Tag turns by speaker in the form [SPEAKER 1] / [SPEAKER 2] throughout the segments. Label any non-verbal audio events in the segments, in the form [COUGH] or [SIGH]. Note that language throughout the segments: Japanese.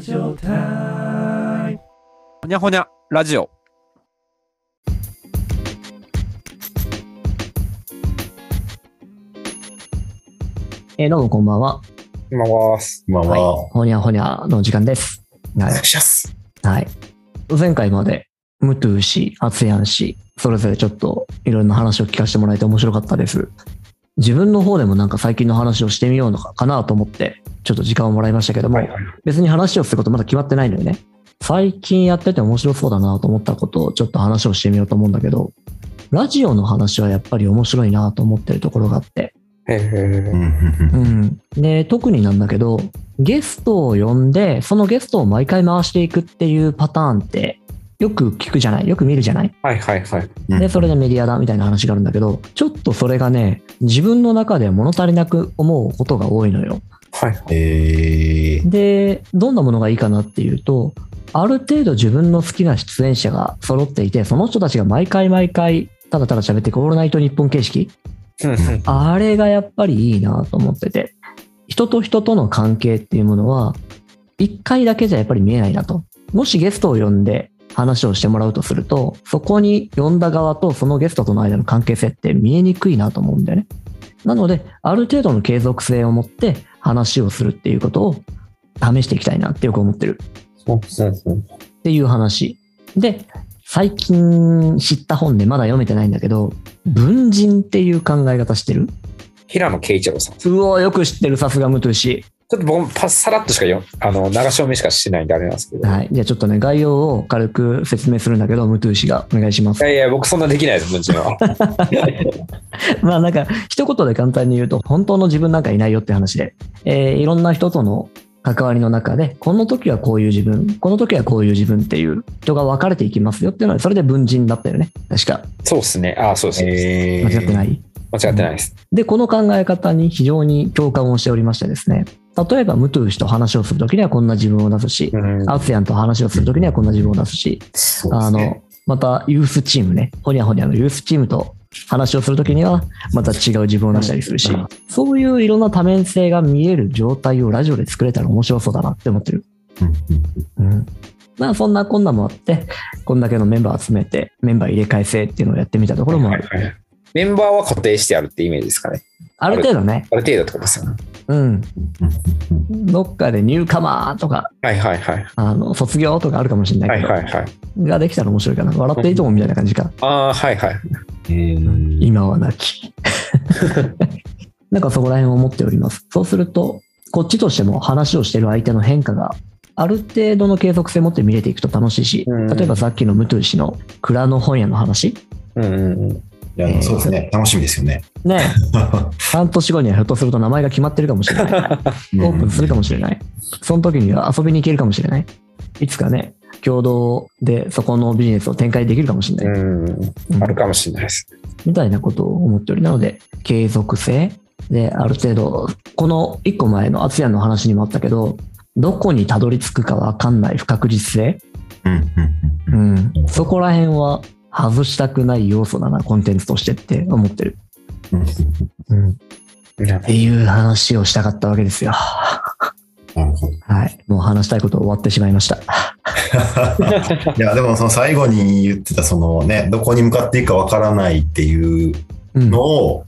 [SPEAKER 1] ジオタイム。
[SPEAKER 2] ほにゃほにゃラジオ。
[SPEAKER 3] えーどうもこんばんは。
[SPEAKER 4] 今はす。
[SPEAKER 1] まあまあ、
[SPEAKER 3] はい。ほにゃほにゃの時間です。はい。
[SPEAKER 4] シャス。
[SPEAKER 3] はい。前回まで、ムトゥー氏、アツヤン氏、それぞれちょっといろんな話を聞かせてもらえて面白かったです。自分の方でもなんか最近の話をしてみようのかかなと思って、ちょっと時間をもらいましたけども、
[SPEAKER 4] はいはい
[SPEAKER 3] 別に話をすることまだ決まってないのよね。最近やってて面白そうだなと思ったことをちょっと話をしてみようと思うんだけど、ラジオの話はやっぱり面白いなと思ってるところがあって、
[SPEAKER 4] へ
[SPEAKER 1] う
[SPEAKER 4] え。
[SPEAKER 1] んうん
[SPEAKER 3] うん、で特になんだけどゲストを呼んでそのゲストを毎回回していくっていうパターンってよく聞くじゃないよく見るじゃない
[SPEAKER 4] はいはいはい。
[SPEAKER 1] うん
[SPEAKER 3] でそれでメディアだみたいな話があるんだけどちょっとそれがね自分の中で物足りなく思うことが多いのよ
[SPEAKER 4] はいはい。
[SPEAKER 1] えー
[SPEAKER 3] でどんなものがいいかなっていうとある程度自分の好きな出演者が揃っていてその人たちが毎回毎回ただただ喋っていく「オールナイトニッポン」形式
[SPEAKER 4] うんうん
[SPEAKER 3] あれがやっぱりいいなと思ってて、人と人との関係っていうものは、一回だけじゃやっぱり見えないなと。もしゲストを呼んで話をしてもらうとすると、そこに呼んだ側とそのゲストとの間の関係性って見えにくいなと思うんだよね。なので、ある程度の継続性を持って話をするっていうことを試していきたいなってよく思ってる。
[SPEAKER 4] そうそうそう。
[SPEAKER 3] っていう話。で、最近知った本でまだ読めてないんだけど、文人っていう考え方してる
[SPEAKER 4] 平野慶一郎さん。ち
[SPEAKER 3] うお、よく知ってる、さすがムトゥシ。
[SPEAKER 4] ょっと僕もパッさらっとしかよ、あの、流し読みしかしてないんであれなんですけど。
[SPEAKER 3] はい。じゃあちょっとね、概要を軽く説明するんだけど、ムトゥシがお願いしま
[SPEAKER 4] い
[SPEAKER 3] す。
[SPEAKER 4] やいや、僕そんなできないです、文人 [LAUGHS]
[SPEAKER 3] [LAUGHS]
[SPEAKER 4] は。
[SPEAKER 3] まあなんか、一言で簡単に言うと、本当の自分なんかいないよって話で、えーいろんな人との関わりの中で、この時はこういう自分、この時はこういう自分っていう人が分かれていきますよっていうのは、それで文人だったよね。確か。
[SPEAKER 4] そうですね。ああ、そうですね。
[SPEAKER 1] えー
[SPEAKER 3] 間違ってない。
[SPEAKER 4] 間違ってないです。
[SPEAKER 3] で、この考え方に非常に共感をしておりましてですね、例えばムトゥシと話をするときにはこんな自分を出すし
[SPEAKER 4] う、ん。
[SPEAKER 3] アツヤンと話をするときにはこんな自分を出すし、
[SPEAKER 1] そうで
[SPEAKER 3] あ
[SPEAKER 1] すね
[SPEAKER 3] の、またユースチームね、ほにゃほにゃのユースチームと話をするときには、また違う自分を出したりするし、そういういろんな多面性が見える状態をラジオで作れたら面白そうだなって思ってる。
[SPEAKER 1] うんうん
[SPEAKER 3] うん。まあそんなこんなもあって、こんだけのメンバー集めて、メンバー入れ替え制っていうのをやってみたところもある。
[SPEAKER 4] はいはいメンバーは固定してあるってイメージですかね。
[SPEAKER 3] ある程度ね、
[SPEAKER 4] ある程度ってことですよね。
[SPEAKER 3] うん。
[SPEAKER 1] うんうんうん
[SPEAKER 3] どっかでニューカマーとか、
[SPEAKER 4] はいはいはい。
[SPEAKER 3] あの、卒業とかあるかもしれな
[SPEAKER 4] はいい
[SPEAKER 3] けど、
[SPEAKER 4] はいはい。
[SPEAKER 3] ができたら面白いかな。笑っていいと思うみたいな感じか。
[SPEAKER 4] ああ、はいはい。
[SPEAKER 1] えー
[SPEAKER 3] 今はなき。 [LAUGHS] なんかそこら辺を思っております。そうすると、こっちとしても話をしてる相手の変化がある程度の継続性を持って見れていくと楽しいし、
[SPEAKER 4] うん
[SPEAKER 3] 例えばさっきのムトゥ氏の蔵の本屋の話、
[SPEAKER 4] うんうんうん。
[SPEAKER 1] いやそうですね、楽しみですよね。
[SPEAKER 3] ね、半年後にはひょっとすると名前が決まってるかもしれない。 [LAUGHS] オープンするかもしれない。その時には遊びに行けるかもしれない。いつかね、共同でそこのビジネスを展開できるかもしれ
[SPEAKER 4] う
[SPEAKER 3] ない。
[SPEAKER 4] ん。
[SPEAKER 3] うん
[SPEAKER 4] あるかもしれないです。
[SPEAKER 3] みたいなことを思っており、なので、継続性で、ある程度、この一個前のアツヤンの話にもあったけど、どこにたどり着くかわかんない不確実性、
[SPEAKER 1] うんうんうん
[SPEAKER 3] うん、そこら辺は外したくない要素だな、コンテンツとしてって思ってる。
[SPEAKER 1] うんうん
[SPEAKER 3] うん、っ
[SPEAKER 4] な
[SPEAKER 3] ていう話をしたかったわけですよ。
[SPEAKER 1] なるほど
[SPEAKER 3] はい。もう話したいこと終わってしまいました。
[SPEAKER 1] いやでもその最後に言ってたそのねどこに向かっていくかわからないっていう
[SPEAKER 3] うん、
[SPEAKER 1] のを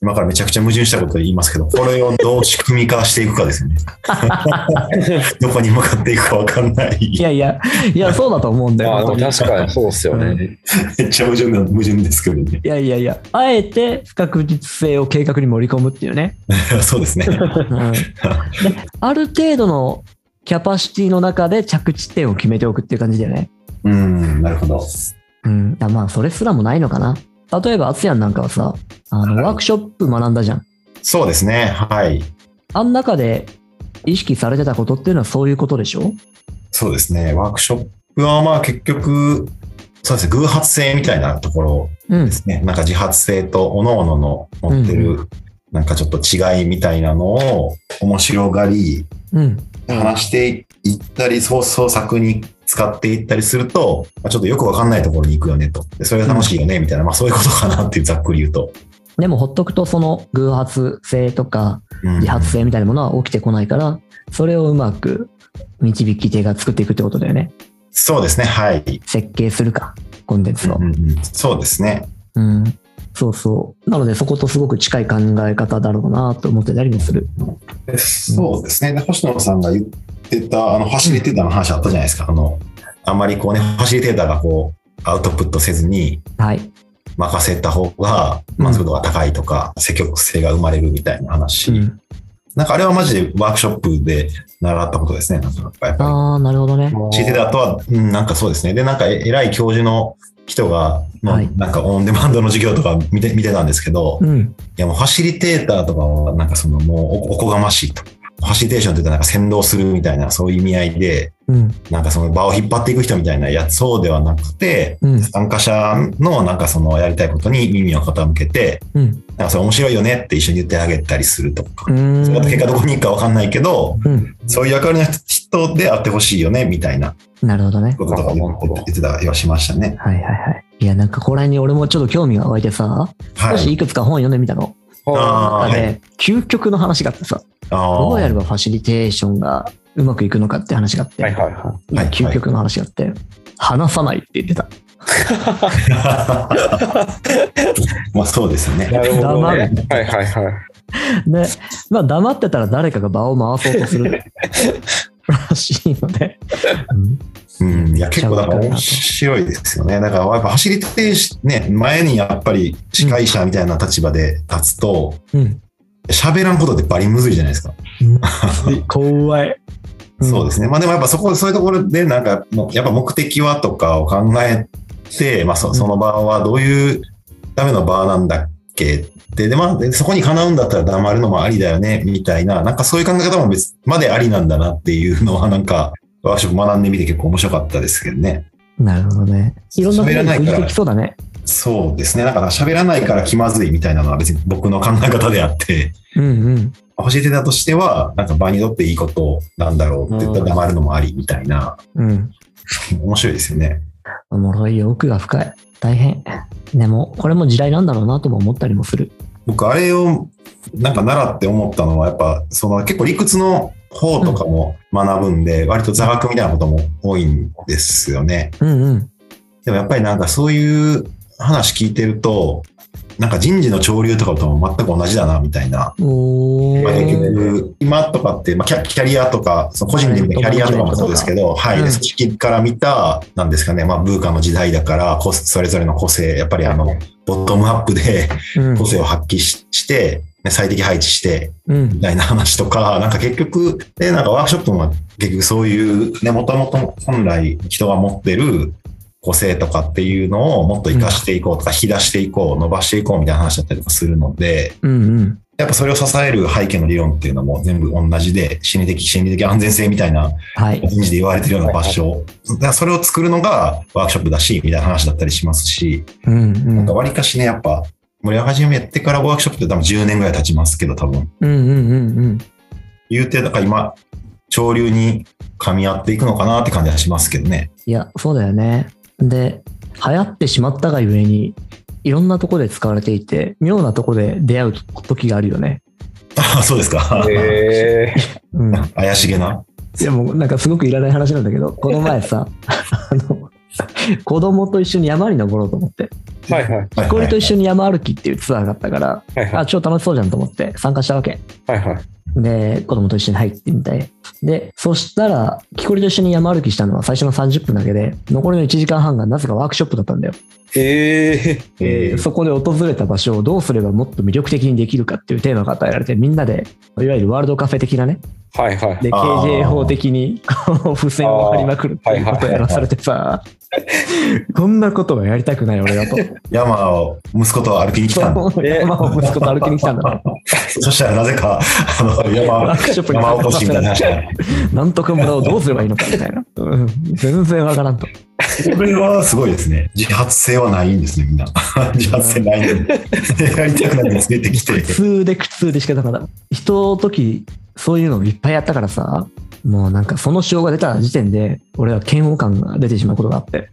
[SPEAKER 1] 今からめちゃくちゃ矛盾したこと言いますけどこれをどう仕組み化していくかです [LAUGHS] よねどこに向かっていくかわかんない
[SPEAKER 3] いやいや、いや、そうだと思うんだよ。
[SPEAKER 4] [LAUGHS] まあ、
[SPEAKER 3] 本
[SPEAKER 4] で
[SPEAKER 3] 当
[SPEAKER 4] も
[SPEAKER 3] に
[SPEAKER 4] 確かにそうですよ
[SPEAKER 3] う
[SPEAKER 4] ね。
[SPEAKER 1] めっちゃ矛盾な矛盾ですけどね
[SPEAKER 3] いやいやいや、あえて不確実性を計画に盛り込むっていうね。
[SPEAKER 1] そうですね
[SPEAKER 3] [LAUGHS] うんである程度のキャパシティの中で着地点を決めておくっていう感じだよね。
[SPEAKER 1] うんなるほど
[SPEAKER 3] うん。あまあ、それすらもないのかな。例えば、アツヤンなんかはさ、あの、
[SPEAKER 1] はい
[SPEAKER 3] ワークショップ学んだじゃん。
[SPEAKER 1] そうですねはい
[SPEAKER 3] あん中で意識されてたことっていうのはそういうことでしょ
[SPEAKER 1] そうですねワークショップはまあ結局そうですね偶発性みたいなところ
[SPEAKER 3] うん
[SPEAKER 1] で。すね。なんか自発性と各々の持って
[SPEAKER 3] う
[SPEAKER 1] る、なんかちょっと違いみたいなのを面白がり、
[SPEAKER 3] うん。
[SPEAKER 1] 話していったり、そう創作に使っていったりすると、まあ、ちょっとよくわかんないところに行くよねと。でそれが楽しいよね、みたいな、まあそういうことかなっていうざっくり言うと。
[SPEAKER 3] でも、ほっとくと、その偶発性とか、
[SPEAKER 1] うん
[SPEAKER 3] 自発性みたいなものは起きてこないから、それをうまく導き手が作っていくってことだよね。
[SPEAKER 1] そうですね、はい。
[SPEAKER 3] 設計するか、コンテンツを
[SPEAKER 1] う。んうん、そうですね。
[SPEAKER 3] うん。そうそう。なので、そことすごく近い考え方だろうなと思ってたりもする。
[SPEAKER 1] でそうですね。で星野さんが言ってた、あの、ファシリテーターの話あったじゃないですか。あの、あまりこうね、ファシリテーターがこう、アウトプットせずに
[SPEAKER 3] はい。
[SPEAKER 1] 任せた方が満足度が高いとか、積極性が生まれるみたいな話。
[SPEAKER 3] うん
[SPEAKER 1] なんかあれはマジでワークショップで習ったことですね。なんかやっぱり。
[SPEAKER 3] ああ、なるほどね。
[SPEAKER 1] 教えてた後は、うん、なんかそうですね。で、なんかえ偉い教授の人が、まあ
[SPEAKER 3] はい
[SPEAKER 1] なんかオンデマンドの授業とか見て見てたんですけど、
[SPEAKER 3] う
[SPEAKER 1] い
[SPEAKER 3] ん。
[SPEAKER 1] やもうファシリテーターとかは、なんかそのもうおおこがましいと。ファシリテーションって言ったらなんか先導するみたいな、そういう意味合いで、
[SPEAKER 3] うん。
[SPEAKER 1] なんかその場を引っ張っていく人みたいなやつそうではなくて、
[SPEAKER 3] うん。
[SPEAKER 1] 参加者のなんかそのやりたいことに耳を傾けて、
[SPEAKER 3] うん。
[SPEAKER 1] なんかそれ面白いよねって一緒に言ってあげたりするとか
[SPEAKER 3] う。ん。
[SPEAKER 1] それだと結果どこに行くかわかんないけど、
[SPEAKER 3] うん。
[SPEAKER 1] そういう役割の人であってほしいよね、みたいな
[SPEAKER 3] なるほどね。
[SPEAKER 1] こととか言ってたりはしましたね。
[SPEAKER 3] はいはいはい。いや、なんかここら辺に俺もちょっと興味が湧いてさ、
[SPEAKER 1] は
[SPEAKER 3] 少し
[SPEAKER 1] い。
[SPEAKER 3] いくつか本読んでみたの。
[SPEAKER 1] あー
[SPEAKER 3] 中
[SPEAKER 1] は
[SPEAKER 3] で、究極の話があってさ、
[SPEAKER 1] あ
[SPEAKER 3] どうや
[SPEAKER 1] ー
[SPEAKER 3] ればファシリテーションがうまくいくのかって話があって、
[SPEAKER 4] はいはいは
[SPEAKER 1] はい
[SPEAKER 3] 究極の話があって、話さないって言ってた。
[SPEAKER 1] [LAUGHS] まあそうですよ
[SPEAKER 4] い。な
[SPEAKER 1] ね。
[SPEAKER 4] るほど、ね
[SPEAKER 3] 黙る。
[SPEAKER 4] はいはいはい。
[SPEAKER 3] で、まあ黙ってたら誰かが場を回そうとするらしいので、うん
[SPEAKER 1] うん。いや、結構だから面白いですよね。だからやっぱ走りてね、前にやっぱり司会者みたいな立場で立つと、 [LAUGHS]
[SPEAKER 3] うん。
[SPEAKER 1] 喋らんことでバリむずいじゃないですか。
[SPEAKER 3] 怖い。
[SPEAKER 1] そうですね。まあでもやっぱそこ、そういうところで、なんか、もうやっぱ目的はとかを考えて、まあそその場はどういうための場なんだっけで、で、まあ、でそこにかなうんだったら黙るのもありだよね、みたいな、なんかそういう考え方も別までありなんだなっていうのは、なんか、ワークショップ学んでみて結構面白かったですけどね。
[SPEAKER 3] なるほどね。いろんなことが通じてきそうだね。
[SPEAKER 1] そうですね。だから喋らないから気まずいみたいなのは別に僕の考え方であって、
[SPEAKER 3] うんうん。
[SPEAKER 1] 教えてたとしては、なんか場にとっていいことなんだろうって言ったら黙るのもありみたいな、
[SPEAKER 3] うん。
[SPEAKER 1] 面白いですよね。
[SPEAKER 3] おもろいよ。奥が深い。大変。でも、これも時代なんだろうなとも思ったりもする。
[SPEAKER 1] 僕あれをなんか習って思ったのはやっぱその結構理屈の方とかも学ぶんで、割と座学みたいなことも多いんですよね。
[SPEAKER 3] うんうん。
[SPEAKER 1] でもやっぱりなんかそういう話聞いてるとなんか人事の潮流とかとも全く同じだなみたいな。
[SPEAKER 3] お
[SPEAKER 1] まあ結
[SPEAKER 3] ー。
[SPEAKER 1] 局今とかって、まあ、キャキャリアとかその個人で見たキャリアとかもそうですけど、はい、
[SPEAKER 3] うん
[SPEAKER 1] 組織から見たなんですかね、まあ、ブーカの時代だからこそれぞれの個性やっぱりあのボトムアップで
[SPEAKER 3] うん
[SPEAKER 1] 個性を発揮しして、ね最適配置して
[SPEAKER 3] うん
[SPEAKER 1] み。たいな話とか、なんか結局、で、なんかワークショップも結局そういう、ね、もともと本来人が持ってる個性とかっていうのをもっと活かしていこうとか、引き出していこう、伸ばしていこうみたいな話だったりとかするので、
[SPEAKER 3] うんうん。
[SPEAKER 1] やっぱそれを支える背景の理論っていうのも全部同じで、心理的、心理的安全性みたいな
[SPEAKER 3] はい。
[SPEAKER 1] 人事で言われてるような場所、だからそれを作るのがワークショップだし、みたいな話だったりしますし、
[SPEAKER 3] うんう
[SPEAKER 1] なん
[SPEAKER 3] ん
[SPEAKER 1] か。割かしね、やっぱ、盛り上がり始めてからワークショップって多分10年ぐらい経ちますけど、多分。
[SPEAKER 3] うんうんうんうん。
[SPEAKER 1] 言うて、だから今、潮流に噛み合っていくのかなって感じはしますけどね。 [LAUGHS]
[SPEAKER 3] いや、そうだよね。で、流行ってしまったがゆえに、いろんなとこで使われていて、妙なとこで出会う時があるよね。
[SPEAKER 1] あそうですか。 [LAUGHS]
[SPEAKER 4] え
[SPEAKER 3] うん。
[SPEAKER 1] 怪しげな。
[SPEAKER 3] [LAUGHS] いやもうなんかすごくいらない話なんだけど、この前 [LAUGHS] さ、あの、子供と一緒に山に登ろうと思って、
[SPEAKER 4] ー、はいはい
[SPEAKER 1] はいはい
[SPEAKER 3] これと一緒に山歩きっていうツアーがあったから、
[SPEAKER 4] はいはい
[SPEAKER 3] あ、超楽しそうじゃんと思って参加したわけ。
[SPEAKER 4] はいはい。
[SPEAKER 3] で、子供と一緒に入ってみたい。で、そしたら、木こりと一緒に山歩きしたのは最初の30分だけで、残りの1時間半がなぜかワークショップだったんだよ。
[SPEAKER 4] え
[SPEAKER 1] えー
[SPEAKER 3] そこで訪れた場所をどうすればもっと魅力的にできるかっていうテーマが与えられて、みんなで、いわゆるワールドカフェ的なね、
[SPEAKER 4] ー、はいはい。
[SPEAKER 3] で、
[SPEAKER 1] あー
[SPEAKER 3] KJ 法的に、こう、付箋を貼りまくるっていうことをやらされてさ、こんなことはやりたくない俺だと。
[SPEAKER 1] 山を息子と歩きに来たんだ。
[SPEAKER 3] そう山を息子と歩きに来
[SPEAKER 1] [LAUGHS]
[SPEAKER 3] たんだと。
[SPEAKER 1] そしたらなぜか、あの、
[SPEAKER 3] ワ
[SPEAKER 1] 山
[SPEAKER 3] ー、クショップに
[SPEAKER 1] 山落
[SPEAKER 3] 参加
[SPEAKER 1] と
[SPEAKER 3] さ
[SPEAKER 1] しみ
[SPEAKER 3] せ
[SPEAKER 1] たい
[SPEAKER 3] ら
[SPEAKER 1] な
[SPEAKER 3] れ
[SPEAKER 1] 話
[SPEAKER 3] て、
[SPEAKER 1] だね
[SPEAKER 3] なんとか村をどうすればいいのかみたいな。うん全然わからんと。
[SPEAKER 1] これはすごいですね。自発性はないんですね、みんな。自発性ない [LAUGHS] のに。やりたくないですねってきて
[SPEAKER 3] 苦。痛で苦痛で仕方がない。ひと時、そういうのをいっぱいやったからさ、もうなんかその塩が出た時点で、俺は嫌悪感が出てしまうことがあ
[SPEAKER 1] [LAUGHS]
[SPEAKER 3] って、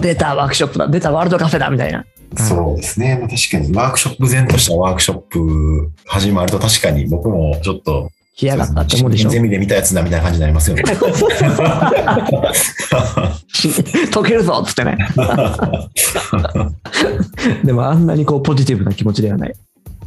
[SPEAKER 3] 出たワークショップだ、出たワールドカフェだみたいな。
[SPEAKER 1] そうですね。まあ確かに、ワークショップ前としたワークショップ始まると確かに僕もちょっと
[SPEAKER 3] 来やがったって思う
[SPEAKER 1] [LAUGHS]
[SPEAKER 3] でしょ
[SPEAKER 1] ゼミで見たやつだみたいな感じになりますよね。
[SPEAKER 3] 溶けるぞっつってね。でもあんなにこうポジティブな気持ちではない。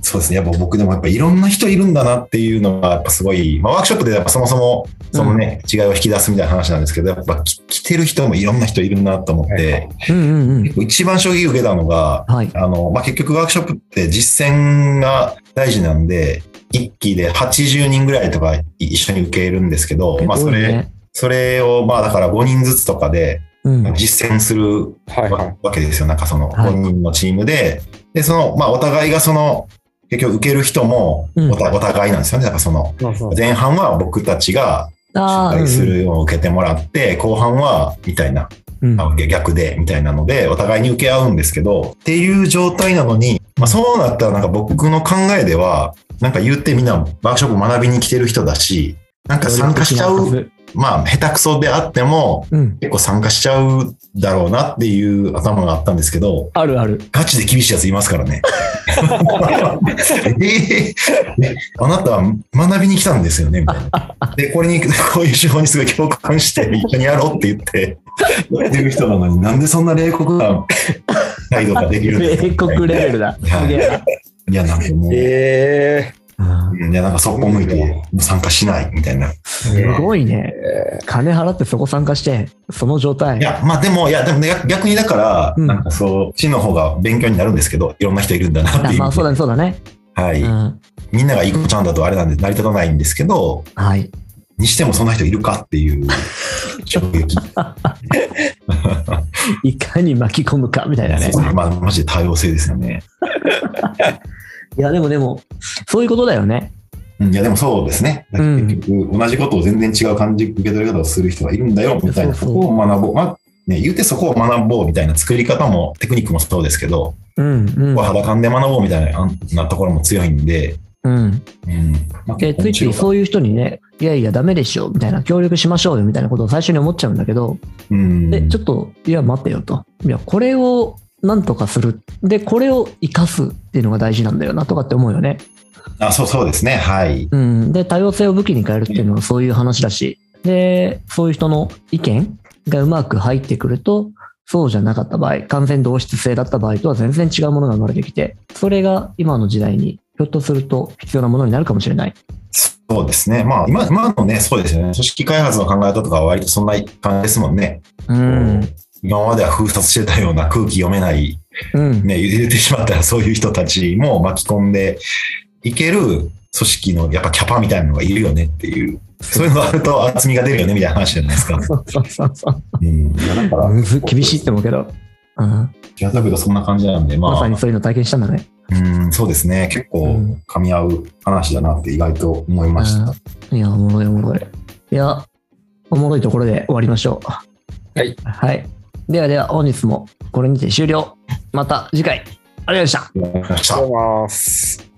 [SPEAKER 1] そうですね。やっぱ僕でもやっぱいろんな人いるんだなっていうのがやっぱすごい、まあ、ワークショップでやっぱそもそもそのね、違いを引き出すみたいな話なんですけど、やっぱき来てる人もいろんな人いるなと思って、
[SPEAKER 3] うんうんうん。
[SPEAKER 1] 一番衝撃を受けたのが、
[SPEAKER 3] はい。
[SPEAKER 1] あの、まあ、結局ワークショップって実践が大事なんで、一期で80人ぐらいとか一緒に受けるんですけど、まあ、そ
[SPEAKER 3] 多い
[SPEAKER 1] れ、
[SPEAKER 3] ね
[SPEAKER 1] それをまあだから5人ずつとかで
[SPEAKER 3] うん。
[SPEAKER 1] 実践する
[SPEAKER 4] はいはい。
[SPEAKER 1] わけですよ。なんかその
[SPEAKER 3] はい
[SPEAKER 1] 本人のチームで、で、その、まあお互いがその、結局受ける人も
[SPEAKER 3] うん
[SPEAKER 1] おたお互いなんですよね。だからその、
[SPEAKER 4] は
[SPEAKER 1] 前半は僕たちが
[SPEAKER 3] あ
[SPEAKER 1] 紹
[SPEAKER 3] ー
[SPEAKER 1] 介するようを受けてもらって、後半は、みたいな、
[SPEAKER 3] うんうん
[SPEAKER 1] あ逆で、みたいなので、お互いに受け合うんですけど、っていう状態なのに、まあそうなったらなんか僕の考えでは、なんか言ってみんなワークショップ学びに来てる人だし、なんか参加しちゃう、。まあ下手くそであっても、
[SPEAKER 3] うん。
[SPEAKER 1] 結構参加しちゃうだろうなっていう頭があったんですけど、
[SPEAKER 3] あるある。
[SPEAKER 1] ガチで厳しいやついますからね。 [LAUGHS] えーえあなたは学びに来たんですよねみたいな。で、これに、こういう手法にすごい共感して、一緒にやろうって言って、やってる人なのに、なんでそんな冷酷な態度ができるんですか
[SPEAKER 3] 米国レベルだ。すげえな。
[SPEAKER 1] いや、なんかもう、
[SPEAKER 4] え
[SPEAKER 1] いや、なんかそこ向いて、もう参加しないみたいな。
[SPEAKER 3] すごいね。金払ってそこ参加して、その状態
[SPEAKER 1] い。や、まあでも、いや、でもね、逆にだから、
[SPEAKER 3] うん
[SPEAKER 1] なんかそう、地の方が勉強になるんですけど、いろんな人いるんだなって
[SPEAKER 3] あ
[SPEAKER 1] いう。
[SPEAKER 3] まあそうだね、そうだね。
[SPEAKER 1] はい、
[SPEAKER 3] うん。
[SPEAKER 1] みんながいい子ちゃんだとあれなんで成り立たないんですけど、
[SPEAKER 3] はい。
[SPEAKER 1] にしてもそんな人いるかって
[SPEAKER 3] [LAUGHS]
[SPEAKER 1] いう衝撃。
[SPEAKER 3] いかに巻き込むかみたいなね。
[SPEAKER 1] まあ、マジで多様性ですよね。
[SPEAKER 3] いや、でもでも、そういうことだよね。
[SPEAKER 1] うんいや、でもそうですね。
[SPEAKER 3] うん
[SPEAKER 1] 結局、同じことを全然違う感じ、受け取り方をする人がいるんだよ、みたいな。
[SPEAKER 3] そ
[SPEAKER 1] そう
[SPEAKER 3] そう
[SPEAKER 1] こを学ぼう。まあね、言うてそこを学ぼうみたいな作り方もテクニックもそうですけど、
[SPEAKER 3] うんう
[SPEAKER 1] こ
[SPEAKER 3] ん
[SPEAKER 1] こ。は裸んで学ぼうみたいなあんなところも強いんで、
[SPEAKER 3] うん。
[SPEAKER 1] うん。まあ
[SPEAKER 3] で、ついついそういう人にね、いやいや、ダメでしょ、みたいな、協力しましょうよ、みたいなことを最初に思っちゃうんだけど、
[SPEAKER 1] うん。
[SPEAKER 3] で、ちょっと、いや、待てよと。いや、これを、なんとかする。で、これを生かすっていうのが大事なんだよな、とかって思うよね。
[SPEAKER 1] あ、そうそうですね。はい。
[SPEAKER 3] うん。で、多様性を武器に変えるっていうのはそういう話だし、で、そういう人の意見がうまく入ってくると、そうじゃなかった場合、完全同質性だった場合とは全然違うものが生まれてきて、それが今の時代に、ひょっとすると必要なものになるかもしれない。
[SPEAKER 1] そうですね。まあ、今、今のね、そうですよね。組織開発の考え方とかは割とそんな感じですもんね。
[SPEAKER 3] うん。
[SPEAKER 1] 今までは封殺してたような空気読めない、
[SPEAKER 3] うん。
[SPEAKER 1] ね、 [LAUGHS] 言ってしまったらそういう人たちも巻き込んでいける組織のやっぱキャパみたいなのがいるよねっていう、そういうのがあると厚みが出るよねみたいな話じゃないですか。
[SPEAKER 3] そうそうそうそう。
[SPEAKER 1] うん、いやだから、
[SPEAKER 3] むず厳しいって思うけど。うん。
[SPEAKER 1] いやだけどそんな感じなんで、ま
[SPEAKER 3] ま
[SPEAKER 1] あ、
[SPEAKER 3] さにそういうの体験したんだね。
[SPEAKER 1] うん、そうですね。結
[SPEAKER 3] う
[SPEAKER 1] 構
[SPEAKER 3] ん。
[SPEAKER 1] 噛み合う話だなって意外と思いました。
[SPEAKER 3] うんいや、おもろいおもろい。いや、おもろいところで終わりましょう。
[SPEAKER 4] はい。
[SPEAKER 3] はい。ではでは、本日もこれにて終了。また次回、ありがとうございました。
[SPEAKER 1] [LAUGHS] わかりました
[SPEAKER 4] どうもーす。